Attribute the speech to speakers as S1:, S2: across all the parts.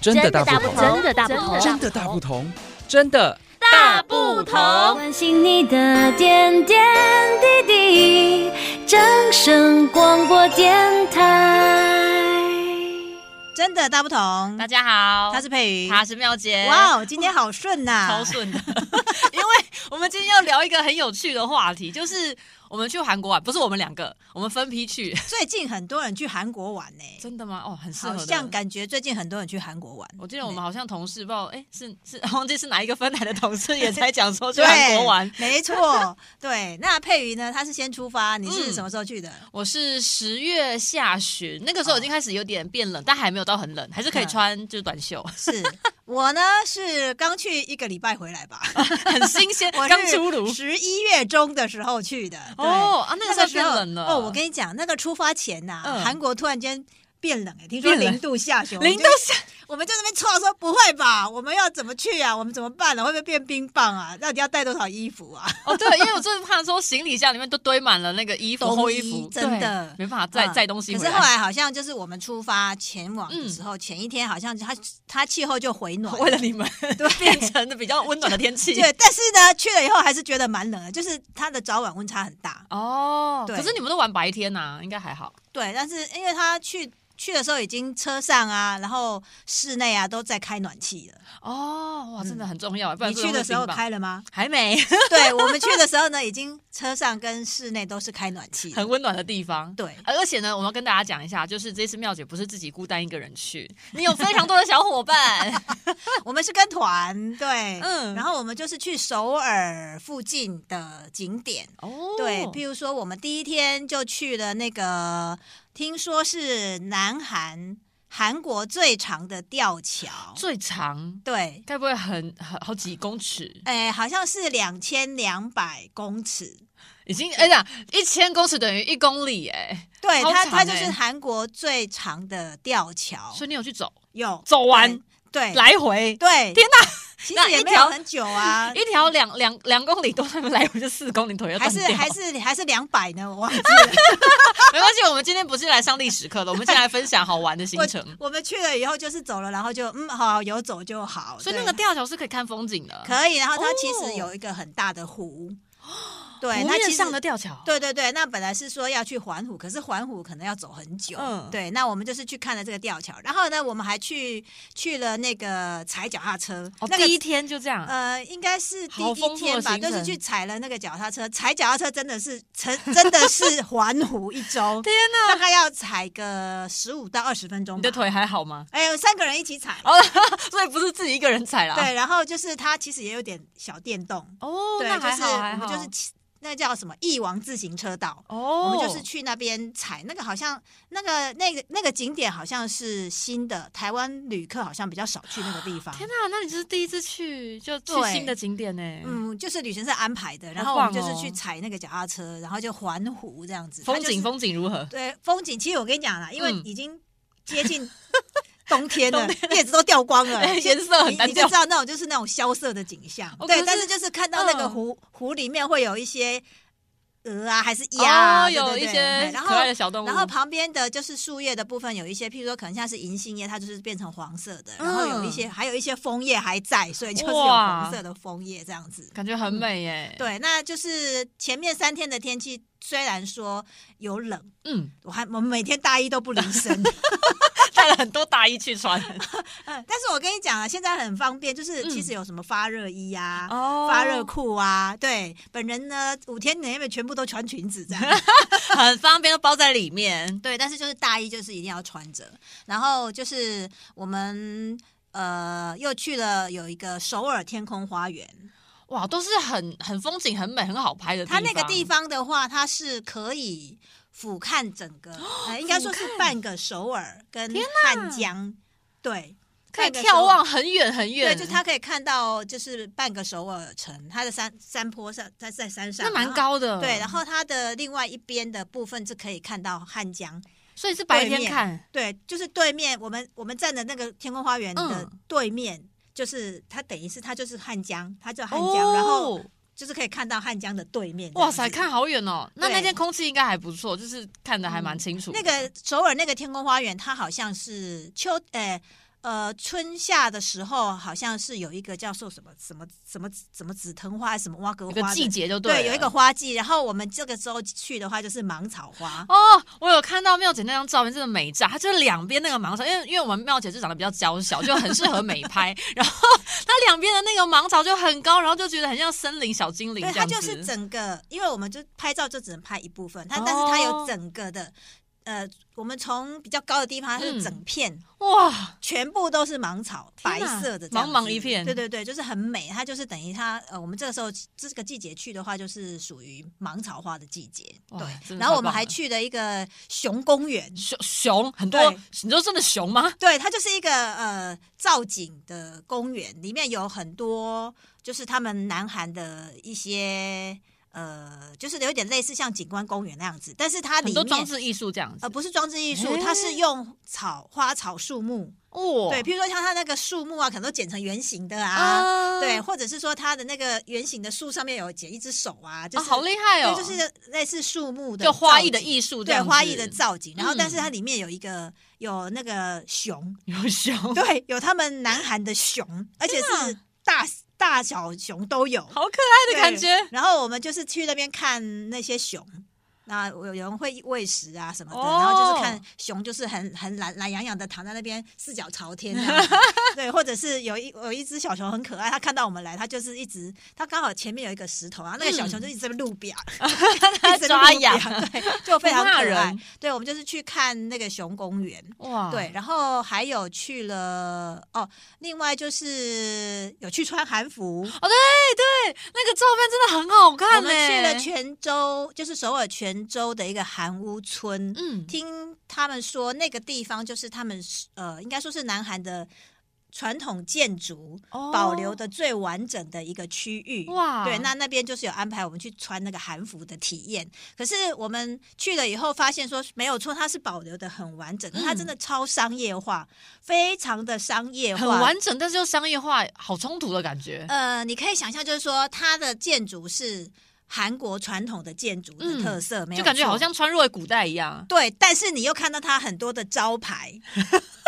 S1: 真的大不
S2: 不
S1: 同，
S2: 真的大不同，
S1: 真的大不同，真的
S2: 大不同。
S3: 关心你的点点滴滴，掌声广播电台。
S4: 真的大不同
S5: 大。家好，
S4: 嗯他是佩瑜，
S5: 他是妙姐，
S4: 哇哦，今天好顺呐、
S5: 超顺的， 因为我们今天要聊一个很有趣的话题，就是我们去韩国玩，不是我们两个，我们分批去，
S4: 最近很多人去韩国玩呢、
S5: 真的吗？哦，很适合
S4: 好
S5: 的
S4: 像感觉最近很多人去韩国玩。
S5: 我记得我们好像同事，不知道哎、是是忘记是哪一个分台的同事也在讲说去韩国玩。
S4: 对，没错，对。那佩瑜呢？他是先出
S5: 嗯
S4: 发，你是什么时候去的？
S5: 我是十月下旬，那个时候已经开始有点变冷，但还没有到很冷，还是可以穿就是短袖，
S4: 是我呢，是刚去一个礼拜回来 吧，
S5: 很新鲜，
S4: 嗯 我
S5: 刚出炉。
S4: 十一月中的时候去的。对
S5: 哦啊那个时候变冷了
S4: 哦，我跟你讲，那个出发前呐、
S5: 嗯
S4: 韩国突然间变冷、欸听说
S5: 变冷
S4: 零度下雪，我们
S5: 零
S4: 就
S5: 度下，
S4: 我们就在那边错说不会吧？我们要怎么去啊？我们怎么办呢、会不会变冰棒啊？到底要带多少衣服啊？
S5: 哦，对，因为我真的怕说行李箱里面都堆满了那个衣服、
S4: 冬
S5: 厚
S4: 衣
S5: 衣服，
S4: 真的
S5: 对没办法载
S4: 嗯
S5: 载东西
S4: 可
S5: 回
S4: 是
S5: 来。嗯
S4: 后来好像就是我们出发前往的时候，前一天好像它它气候就回暖，
S5: 为了你们，
S4: 对
S5: 变成比较温暖的天气。
S4: 对，但是呢，去了以后还是觉得蛮冷的，就是它的早晚温差很大。
S5: 哦，
S4: 对
S5: 可是你们都玩白天呐、应该还好。
S4: 对，但是因为他去去的时候已经车上啊，然后室内啊都在开暖气了。
S5: 哦，哇，真的很重要，不然
S4: 嗯你去的时候开了吗？
S5: 还没
S4: 对我们去的时候呢，已经车上跟室内都是开暖气 了。
S5: 很温暖的地方。呃
S4: 对
S5: 而且呢，我们要跟大家讲一下，就是这次妙姐不是自己孤单一个人去，你有非常多的小伙伴。
S4: 我们是跟团，对，
S5: 嗯
S4: 然后我们就是去首尔附近的景点，
S5: 哦
S4: 对，譬如说我们第一天就去了那个，听说是南韩韩国最长的吊桥，
S5: 最长
S4: 对，
S5: 该不会很很好几公尺？
S4: 哎，好像是两千两百公尺，
S5: 已经哎呀，一千公尺等于一公里哎，
S4: 对，
S5: 超
S4: 它
S5: 长
S4: 它就
S5: 欸
S4: 是韩国最长的吊桥，
S5: 所以你有去走
S4: 有
S5: 走完
S4: 对对
S5: 来回，
S4: 哎对，
S5: 天
S4: 哪，其
S5: 那
S4: 实也
S5: 一
S4: 没有
S5: 条。
S4: 很久 啊
S5: 一条两两两公里多，他们来回就四公里，腿要
S4: 还
S5: 断
S4: 是
S5: 掉。
S4: 还是还是两百呢，我忘记了。
S5: 没关系，我们今天不是来上历史课的，我们今天来分享好玩的行程。
S4: 我我们去了以后就是走了，然后就嗯好有走就好。
S5: 所以
S4: 对
S5: 那个吊桥是可以看风景的，
S4: 可以，然后它其
S5: 哦
S4: 实有一个很大的湖，对，
S5: 湖
S4: 那
S5: 面
S4: 其实
S5: 上的吊桥。，
S4: 对对对，那本来是说要去环湖，可是环湖可能要走很久，
S5: 嗯
S4: 对，那我们就是去看了这个吊桥，然后呢，我们还去去了那个踩脚踏车，
S5: 哦，
S4: 那个
S5: 第一天就这样。
S4: 呃，应该是第
S5: 好啊
S4: 一
S5: 丰富的
S4: 天吧，
S5: 行
S4: 就是
S5: 程
S4: 去踩了那个脚踏车，踩脚踏车真的是真 真的是环湖一 周，
S5: 天
S4: 大
S5: 哪，
S4: 概要踩个十五到二十分钟吧，
S5: 啊你的腿还好 吗？
S4: 哎呦，三个人一起踩，
S5: 哦，所以不是自己一个人踩啦。
S4: 对，，然后就是它其实也有点小电动，
S5: 哦，
S4: 对，
S5: 那
S4: 就
S5: 还
S4: 是
S5: 好，还
S4: 我
S5: 好。
S4: 们就是骑那叫什么翼王自行车道。
S5: 哦，
S4: 我们就是去那边踩那个，好像那个那个那个景点好像是新的，台湾旅客好像比较少去那个地方。
S5: 天哪，那你就是第一次去就去
S4: 对
S5: 新的景点呢，
S4: 嗯，就是旅行社安排的，然
S5: 好
S4: 后我们
S5: 棒
S4: 就是
S5: 哦
S4: 去踩那个脚踏车，然后就环湖这样子。它
S5: 风
S4: 就是
S5: 景风景如何？
S4: 对风景，其实我跟你讲啦，因为
S5: 嗯
S4: 已经接 近冬天了
S5: 冬，
S4: 叶子都掉光了，
S5: 颜色很
S4: 你
S5: 单
S4: 你就
S5: 调
S4: 知。道那种就是那种萧瑟的景象。
S5: 哦
S4: 对
S5: 可，是
S4: 但是就是看到那个
S5: 嗯
S4: 湖、湖里面会有一些鹅啊，还是鸭啊、
S5: 哦，有
S4: 对
S5: 一
S4: 对
S5: 些
S4: 对对然
S5: 可
S4: 后
S5: 爱的小动物。
S4: 然后旁边的就是树叶的部分有一些，譬如说可能像是银杏叶，它就是变成黄色
S5: 嗯
S4: 的，然后有一些还有一些枫叶还在，所以就是有
S5: 哇
S4: 黄色的枫叶这样子。
S5: 感觉很美耶。，
S4: 对，那就是前面三天的天气虽然说有冷，
S5: 嗯，
S4: 我还我们每天大衣都不离身，
S5: 带了很多大衣去 穿。
S4: 嗯但是我跟你讲啊，现在很方便，就是其实有什么发热衣啊。
S5: 嗯哦
S4: 发热裤啊，对，本人呢五天里面全部都穿裙子这样，
S5: 很方便，都包在里面。
S4: 对，但是就是大衣就是一定要穿着，然后就是我们呃又去了有一个首尔天空花园，
S5: 哇，都是很很风景很美、很好拍的地
S4: 它
S5: 方。
S4: 那个地方的话，它是可以俯瞰整个，呃、应该说是半个首尔跟汉江，对，
S5: 可以
S4: 半个
S5: 眺
S4: 首尔
S5: 望。很远很
S4: 对，
S5: 远，
S4: 就它可以看到，就是半个首尔城，它的山山坡上，在在山上，
S5: 那蛮
S4: 然后。
S5: 高的。
S4: 啊对，然后它的另外一边的部分是可以看到汉江，
S5: 所以是白
S4: 对
S5: 天
S4: 面
S5: 看，
S4: 对，就是对面我们我们站的那个天空花园的
S5: 嗯
S4: 对面，就是它等于是它就是汉江，它就汉江，
S5: 哦
S4: 然后就是可以看到汉江的对面。
S5: 哇塞，
S4: 这样
S5: 看
S4: 子
S5: 好远哦。那
S4: 对嗯
S5: 那天空气应该还不错，就是看的还蛮清楚。
S4: 那个首尔那个天空花园，它好像是秋呃呃春夏的时候，好像是有一个叫做什么什么什么什么紫藤花，什么蛙格
S5: 有
S4: 花
S5: 个
S4: 的
S5: 季节就
S4: 对
S5: 了
S4: 有一个花季。然后我们这个时候去的话，就是芒草花。
S5: 哦，我有看到妙姐那张照片，真的美炸！她就是两边那个芒草，因为因为我们妙姐是长得比较娇小，就很适合 美拍。然后她两边的那个芒草就很高，然后就觉得很像森林小精灵
S4: 对，
S5: 这
S4: 它
S5: 样
S4: 就是
S5: 子。
S4: 整个，因为我们就拍照就只能拍一部分，它、
S5: 哦
S4: 但是它有整个的，呃，我们从比较高的地方，它是整片、
S5: 哇，
S4: 全部都是芒草，
S5: 嗯
S4: 白
S5: 天哪
S4: 色的这样子，
S5: 茫茫一片
S4: 对对对，就是很美。它就是等于它呃，我们这个时候这个季节去的话，就是属于芒草花的季节。
S5: 哇真
S4: 对，
S5: 的
S4: 然后我
S5: 太棒
S4: 们
S5: 了
S4: 还去了一个熊公园，
S5: 熊熊很多
S4: 对，
S5: 你说真的熊吗？
S4: 对，它就是一个呃造景的公园，里面有很多就是他们南韩的一些呃，就是有点类似像景观公园那样子，但是它
S5: 很
S4: 里
S5: 多
S4: 面
S5: 装置哎艺术这样子。
S4: 呃不是装置艺术，
S5: 诶
S4: 它是用草花草树木，
S5: 哦
S4: 呃对，譬如说像它那个树木啊，可能都剪成圆形的啊，
S5: 啊
S4: 对，或者是说它的那个圆形的树上面有剪一只手啊，就
S5: 啊，
S4: 是、
S5: 好厉害哦！
S4: 对，就是类似树木的
S5: 就花艺
S4: 造
S5: 的
S4: 景
S5: 艺术这
S4: 对
S5: 样子，
S4: 花艺的造景，然后但是
S5: 嗯
S4: 它里面有一个有那个熊，
S5: 有熊，
S4: 对，有他们南韩的熊，而且
S5: 天
S4: 是大大小熊都有，
S5: 好可爱的
S4: 对
S5: 感觉。
S4: 然后我们就是去那边看那些熊。那有有人会喂食啊什么的，
S5: 哦
S4: 然后就是看熊，就是很很懒懒洋洋的躺在那边四脚朝天这 样子，对，或者是有一有一只小熊很可爱，它看到我们来，它就是一直，它刚好前面有一个石头啊，那个小熊就一直在那边路表， 一直在那边路
S5: 抓
S4: 表
S5: 痒
S4: 对，就非常
S5: 不怕
S4: 可爱
S5: 人。
S4: 对，我们就是去看那个熊公园，
S5: 哇
S4: 对，，然后还有去了哦，另外就是有去穿韩服，
S5: 哦对对，那个照片真的很好
S4: 我
S5: 看欸呢。
S4: 们去了泉州，就是首尔泉州的一个韩屋村。
S5: 嗯，
S4: 听他们说，那个地方就是他们呃，应该说是南韩的传统建筑
S5: 哦
S4: 保留的最完整的一个区域。
S5: 哇
S4: 对，那那边就是有安排我们去穿那个韩服的体验。可是我们去了以后，发现说没有错，它是保留的很完
S5: 嗯
S4: 整，它真的超商业化，非常的商业化，
S5: 很完整，但是又商业化，好冲突的感觉。
S4: 呃，你可以想象，就是说它的建筑是韩国传统的建筑的特色，没
S5: 嗯
S4: 有
S5: 就感觉
S4: 错
S5: 好像穿入了古代一样。
S4: 对，但是你又看到它很多的 招牌，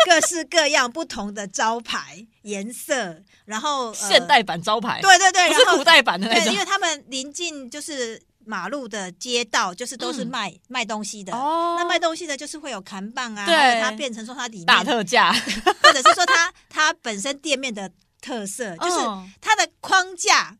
S4: 各式各样不同的招牌颜色，然后、呃、
S5: 现代版招牌，，
S4: 对对对，
S5: 不
S4: 然
S5: 是
S4: 后
S5: 古代 版的那
S4: 对，因
S5: 种。
S4: 为他们临近就是马路的街道，就是都是
S5: 嗯
S4: 卖、卖东西的。
S5: 哦
S4: 那卖东西的，就是会有砍棒啊，
S5: 对
S4: 还有它变成说它里面
S5: 大特价，
S4: 或者是说它它本身店面的特色，就是
S5: 嗯
S4: 它的框架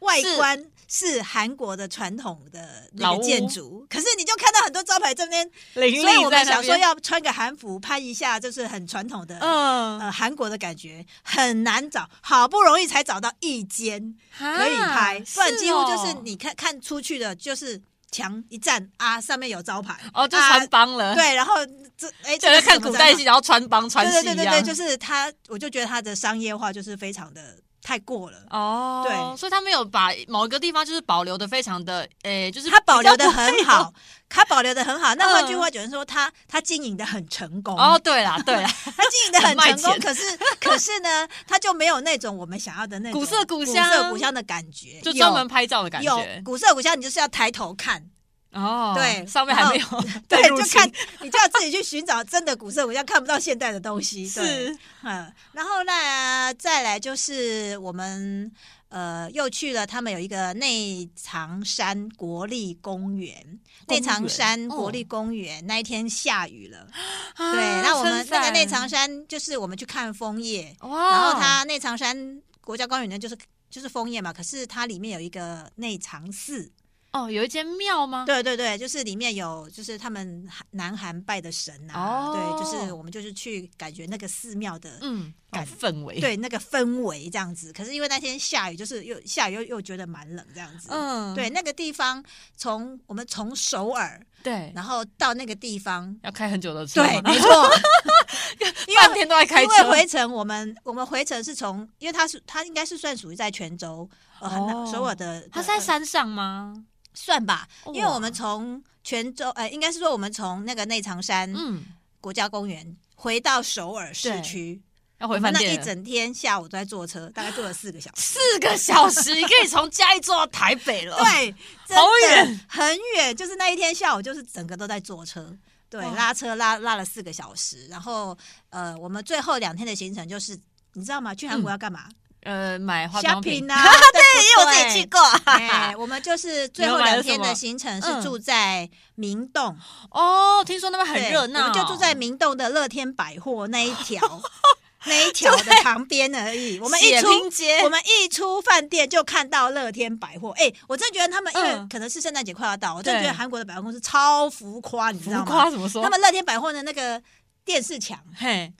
S4: 外观是韩国的传统的那
S5: 老
S4: 个
S5: 屋
S4: 建筑，可是你就看到很多招牌这边，
S5: 零
S4: 所以我们
S5: 在那
S4: 想说
S5: 边，
S4: 要穿个韩服拍一下，就是很传统的。
S5: 嗯，
S4: 呃，韩国的感觉很难找，好不容易才找到一间可以拍，
S5: 啊
S4: 不然几乎就是
S5: 哦
S4: 你看看出去的，就是墙一站啊，上面有招牌
S5: 哦，就
S4: 啊
S5: 穿帮了，，
S4: 对，然后这哎，
S5: 就
S4: 这
S5: 在
S4: 个是
S5: 看
S4: 什么
S5: 古
S4: 招
S5: 代
S4: 牌
S5: 戏，然后穿帮穿戏
S4: 对
S5: 一
S4: 对
S5: 样，
S4: 对对对，就是他，我就觉得他的商业化就是非常的太过了。
S5: 哦，
S4: 对
S5: 所以他们有把某一个地方就是保留的非常的，诶，就是
S4: 他保留的
S5: 比
S4: 很
S5: 较不会
S4: 好，他保留的很好。那换
S5: 嗯
S4: 句话讲说，他他经营的很成功，
S5: 有。哦，对啦， 对啦，
S4: 他经营的很成
S5: 很
S4: 功。
S5: 卖钱
S4: 可是可是呢，他就没有那种我们想要的那种
S5: 古色古
S4: 古
S5: 香
S4: 色古香的感觉，
S5: 就
S4: 有
S5: 专门拍照的感
S4: 有
S5: 觉。
S4: 古色古香，你就是要抬头看，
S5: 哦，
S4: 对哦
S5: 上面还没有
S4: 对，
S5: 被
S4: 就
S5: 入侵
S4: 看你就要自己去寻找真的古色古香，看不到现代的东西。对
S5: 是
S4: 嗯，然后那再来就是我们呃又去了，他们有一个内长山国立公园，
S5: 公
S4: 内
S5: 园哦啊
S4: 长山国立公园、那一天下雨了，对，那我们那个内长山就是我们去看枫叶，
S5: 哇，
S4: 然后它内长山国家公园呢就是。就是枫叶嘛，可是它里面有一个内长寺，
S5: 哦，有一间庙吗？
S4: 对对对，就是里面有就是他们韩南韩拜的神啊，
S5: 哦
S4: 对，就是我们就是去感觉那个寺庙的
S5: 嗯，
S4: 感
S5: 感氛围，，
S4: 对那个氛围这样子。可是因为那天下雨，就是又下雨又又觉得蛮冷这样子。
S5: 嗯，
S4: 对，那个地方从我们从首尔，
S5: 对，
S4: 然后到那个地 方，
S5: 要开很久的车吗，
S4: 对，没错，因
S5: 半
S4: 为。
S5: 天都在开
S4: 因为
S5: 车，
S4: 回程我们我们回程是从，因为它是它应该是算属于在泉州呃很南
S5: 哦
S4: 首尔的，
S5: 他是在
S4: 呃
S5: 山上吗？
S4: 算吧，因为
S5: 哇
S4: 我们从泉州呃应该是说我们从那个内长山
S5: 嗯，
S4: 国家公园回到首尔市
S5: 对
S4: 区，
S5: 要
S4: 我
S5: 回饭
S4: 们那一
S5: 店了。
S4: 整天下午都在坐车，大概坐了四个小 时。
S5: 四个小时，你可以从嘉义坐到台 北了。
S4: 对，真的
S5: 哦好远，
S4: 很远。就是那一天下午，就是整个都在坐车，对，
S5: 哇
S4: 拉车拉拉了四个小时，然后呃，我们最后两天的行程就是，你知道吗？去韩国要干嘛？
S5: 呃，买嗯化妆品
S4: shopping 啊，对，因为我自己去过。 哎，
S5: 哎
S4: 我们就是最
S5: 你
S4: 后
S5: 们买了
S4: 两天
S5: 什
S4: 的
S5: 么
S4: 行程
S5: 嗯
S4: 是住在明洞，
S5: 哦，听说那边
S4: 对
S5: 很热
S4: 我
S5: 闹，哦
S4: 们就住在明洞的乐天百货那一 条那一条的旁边而已。我
S5: 我
S4: 们一出。
S5: 街
S4: 我们一出饭店就看到乐天百货，哎、我真觉得他们因为
S5: 嗯
S4: 可能是圣诞节快要到，我真觉得
S5: 对
S4: 韩国的百货公司超浮夸，你知
S5: 浮
S4: 道吗
S5: 夸？怎么说？
S4: 他们乐天百货的那个电视墙，
S5: 嘿，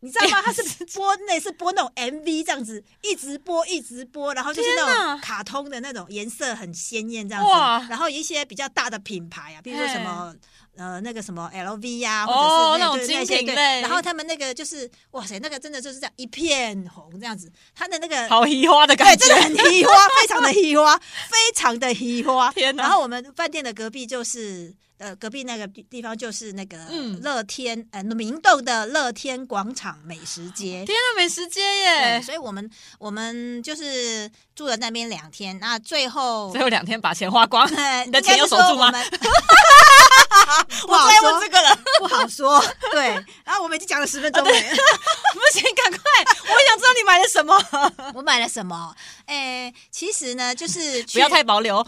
S4: 你知道吗？它是播类似播那种 MV 这样子，一直播一直播，然后就是
S5: 天
S4: 那
S5: 哪
S4: 种卡通的那种颜色很鲜艳这样子
S5: 哇，
S4: 然后一些比较大的品牌啊，比如说
S5: 嘿
S4: 什么呃那个什么 LV 呀、
S5: 哦
S4: 或者是那
S5: 那种
S4: 对那
S5: 精
S4: 些
S5: 品
S4: 对
S5: 类
S4: 然后他们那个就是哇塞，那个真的就是这样一片红这样子，它的那个
S5: 好移花的
S4: 呃对，
S5: 感觉
S4: 真，的很稀花，非常的稀花，非常的稀花。
S5: 天哪
S4: 然后我们饭店的隔壁就是呃，隔壁那个地地方就是那个
S5: 嗯
S4: 乐天、呃明洞的乐天广场美食街。
S5: 天啊，美食街
S4: 对，
S5: 耶！
S4: 所以我们我们就是住了那边两天，那最后
S5: 最后两天把钱花光，
S4: 呃，
S5: 你的
S4: 应该
S5: 钱有
S4: 是
S5: 守
S4: 说
S5: 住吗
S4: 我们？不好
S5: 再
S4: 说，
S5: 个了，啊
S4: 不好说。对， 然后我们已经讲了十分钟 了。
S5: 不行，赶快！我想知道你买了什么，
S4: 我买了什么？哎，其实呢，就是
S5: 不要
S4: 去
S5: 太保留。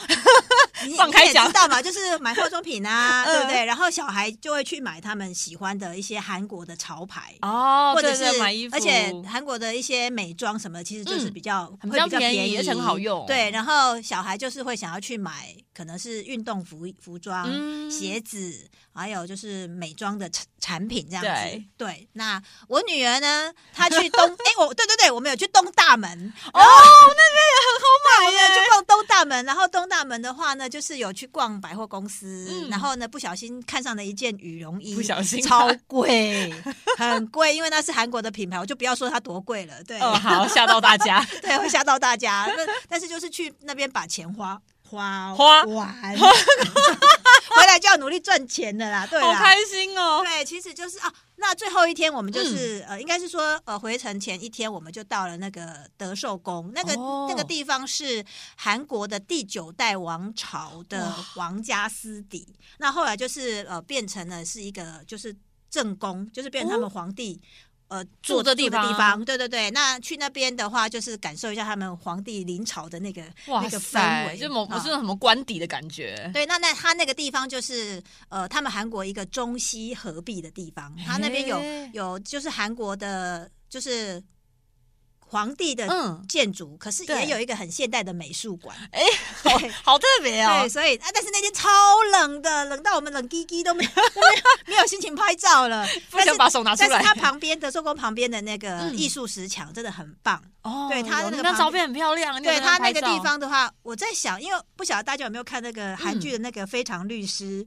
S4: 你
S5: 放开
S4: 你也
S5: 讲
S4: 知道嘛？就是买化妆品啊，
S5: 嗯
S4: 对不对？然后小孩就会去买他们喜欢的一些韩国的潮牌。
S5: 哦
S4: 或者
S5: 对
S4: 是
S5: 对买衣服，
S4: 而且韩国的一些美妆什么，其实就是
S5: 嗯
S4: 比较、
S5: 很
S4: 会比较
S5: 便宜
S4: 便宜，
S5: 而且很好用
S4: 对，然后小孩就是会想要去买，可能是运动服、服装、
S5: 嗯
S4: 鞋子，还有就是美妆的产产品这样子
S5: 对。
S4: 对，那我女儿呢，她去东， 哎、我对对对，我们有去东大门，
S5: 哦，
S4: 对，
S5: 那
S4: 我
S5: 边也很好买耶
S4: 们有去逛东大门，然后东大门的话呢，就是有去逛百货公司，
S5: 嗯
S4: 然后呢不小心看上了一件羽绒衣，
S5: 不小心
S4: 超贵，很贵，因为那是韩国的品牌，我就不要说它多贵了，对，
S5: 哦，好吓到大家，
S4: 对，会吓到大家。 那但是就是去那边把钱花花
S5: 花
S4: 完， 回来就要努力赚钱的 啦，对啊
S5: 好
S4: 啦。
S5: 开心哦！嗯
S4: 对，其实就是啊，那最后一天我们就是、呃，应该是说呃，回程前一天我们就到了那个德寿宫，那个、
S5: 哦
S4: 那个地方是韩国的第九代王朝的王家私邸，那后来就是呃变成了是一个就是正宫，就是变成他们皇帝。呃，
S5: 住
S4: 住
S5: 的地方
S4: 地方，对对对。那去那边的话，就是感受一下他们皇帝临朝的那个那个氛围，
S5: 就某不
S4: 啊
S5: 是什么官邸的感觉，
S4: 对，那那他那个地方就是呃，他们韩国一个中西合璧的地方，他那边有
S5: 诶
S4: 有就是韩国的，就是皇帝的
S5: 嗯，
S4: 建筑，可是也
S5: 对
S4: 有一个很现代的美术馆。
S5: 哎
S4: 对，
S5: 好特别哦
S4: 对，。所以啊，但是那天超冷的，冷到我们冷滴滴都没有没有心情拍 照了。
S5: 不
S4: 但是
S5: 想把手拿出
S4: 但是
S5: 来
S4: 它。旁边德寿宫旁边的那个
S5: 嗯
S4: 艺术石墙真的很棒，
S5: 哦
S4: 对它
S5: 有
S4: 那个
S5: 那
S4: 旁
S5: 张照片很漂亮，你有没
S4: 对
S5: 有
S4: 他那
S5: 拍
S4: 个
S5: 照
S4: 地方的话，我在想，因为不晓得大家有没有看那个韩剧的
S5: 嗯
S4: 那个《非常律师》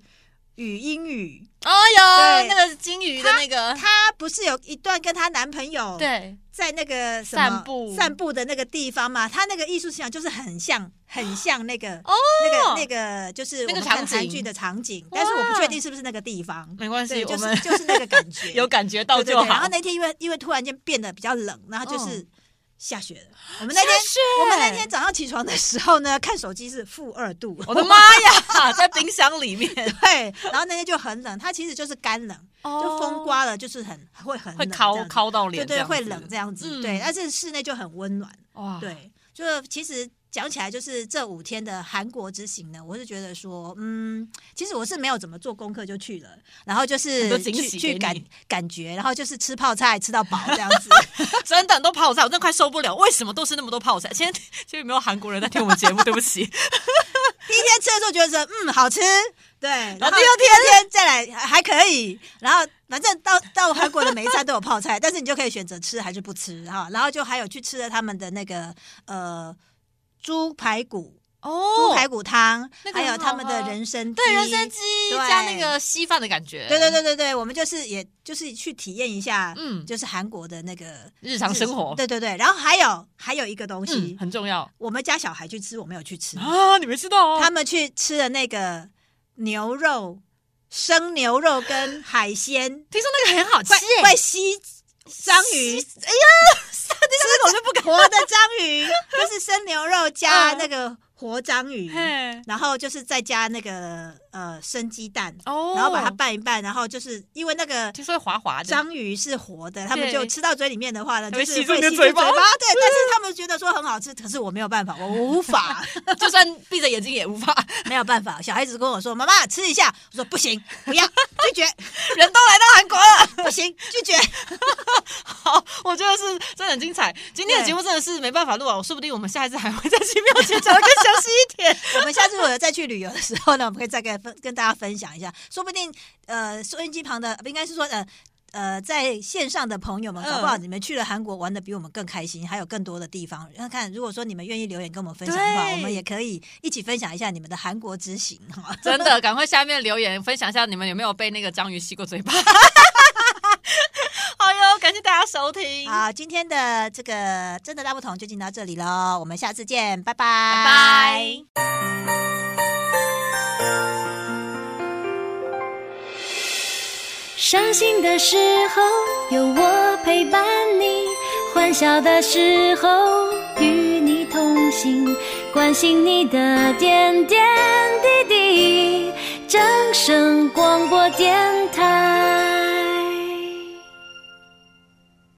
S4: 与英语，
S5: 哦
S4: 对
S5: 有那个金鱼的那个，
S4: 她不是有一段跟她男朋友
S5: 嗯对，
S4: 在那个什么
S5: 散步
S4: 散步的那个地方嘛？她那个艺术想就是 很像很像那个
S5: 哦
S4: 那个那个就是我
S5: 那个
S4: 们看
S5: 场景
S4: 韩剧的场景，但是我不
S5: 哇
S4: 确定是不是那个地方。
S5: 没关系，
S4: 对，就
S5: 我
S4: 是
S5: 们，
S4: 就是那个感觉
S5: 有感觉到
S4: 对对
S5: 就
S4: 对。然
S5: 好嗯
S4: 后。那天因为因为突然间变得比较冷，然后就是下雪了。我们那
S5: 下
S4: 天
S5: 雪
S4: 我们那天早上起床的时候呢，看手机是负二度，
S5: 我的妈呀，在冰箱里面
S4: 对，然后那天就很冷，它其实就是干冷，就风刮了，就是很会很
S5: 哦会
S4: 冷这
S5: 烤
S4: 样子，
S5: 烤到
S4: 对
S5: 脸，
S4: 对，会
S5: 这样
S4: 冷
S5: 子
S4: 这样子，
S5: 嗯啊
S4: 对，但是室内就很温暖，
S5: 哇，
S4: 对，就其实。讲起来，就是这五天的韩国之行呢，我是觉得说，嗯，其实我是没有怎么做功课就去了，然后就
S5: 很多
S4: 是
S5: 惊
S4: 去
S5: 喜给
S4: 去
S5: 你
S4: 感感觉，然后就是吃泡菜吃到饱这样子，
S5: 真的很多泡菜，我真的快受不了，为什么都是那么多泡菜？今天今天有没有韩国人在听我们节目？对不起，
S4: 第一天吃的时候觉得嗯好吃，对，然
S5: 后
S4: 后
S5: 第二
S4: 第二天再来还还可以，然后反正到到韩国的每一餐都有泡菜，但是你就可以选择吃还是不吃哈。然后就还有去吃了他们的那个呃猪排骨、猪
S5: 哦
S4: 排骨汤，
S5: 那个
S4: 还
S5: 很
S4: 有他们的
S5: 好喝
S4: 人参
S5: 对，人参
S4: 参。
S5: 鸡
S4: 对
S5: 加那个稀饭的感觉，
S4: 对对，对对对，我们就是也就是去体验一下，
S5: 嗯，
S4: 就是韩国的那个
S5: 日常生活，
S4: 对对对，然后还有还有一个东西
S5: 嗯，，很重要
S4: 我们家小孩去吃，我没有去吃。
S5: 啊，你没吃到哦，
S4: 他们去吃的那个牛肉、生牛肉跟海鲜
S5: ，听说那个很好吃
S4: 会，会吸章鱼，
S5: 哎呀，
S4: 吃我就不敢活的章鱼， 就是生牛肉加那个活章鱼，
S5: 嗯嘿，
S4: 然后就是再加那个呃生鸡蛋，
S5: 哦，
S4: 然后把它拌一拌，然后就是因为那个
S5: 就是会滑滑的，
S4: 章鱼是活的，他们
S5: 对
S4: 就吃到嘴里面的话呢，就
S5: 会
S4: 是
S5: 吸
S4: 会
S5: 住你
S4: 吸
S5: 的
S4: 住
S5: 嘴
S4: 嘴
S5: 巴
S4: 巴。 对，但是他们觉得说很好吃，可是我没有办法，我无 法，
S5: 就算闭着眼睛也无法。
S4: 没有办法。小孩子跟我说：“妈妈，吃一下。”我说：“不行，不要，拒绝，
S5: 人都来到韩国了，
S4: 不行，拒绝。
S5: 好，我觉得是真的很精彩。今天的
S4: 对
S5: 节目真的是没办法录啊，说不定我们下一次还会再奇妙节讲的更详细一 点。”
S4: 我们下次如果再去旅游的时候呢，我们可以再跟分跟大家分享一下，说不定呃，收音机旁的应该是说呃。呃，在线上的朋友们，
S5: 嗯
S4: 搞不好你们去了韩国玩的比我们更开心，还有更多的地方。那看，如果说你们愿意留言跟我们分享的话，
S5: 对
S4: 我们也可以一起分享一下你们的韩国之行哈。
S5: 真的，赶快下面留言分享一下你们有没有被那个章鱼吸过嘴 巴。好哟，感谢大家收听，
S4: 好，今天的这个真的大不同就进到这里喽，我们下次见，拜拜，
S5: 拜
S4: 拜
S5: 拜。
S3: 伤心的时候有我陪伴你，欢笑的时候与你同行，关心你的点点滴滴。掌声广播电台。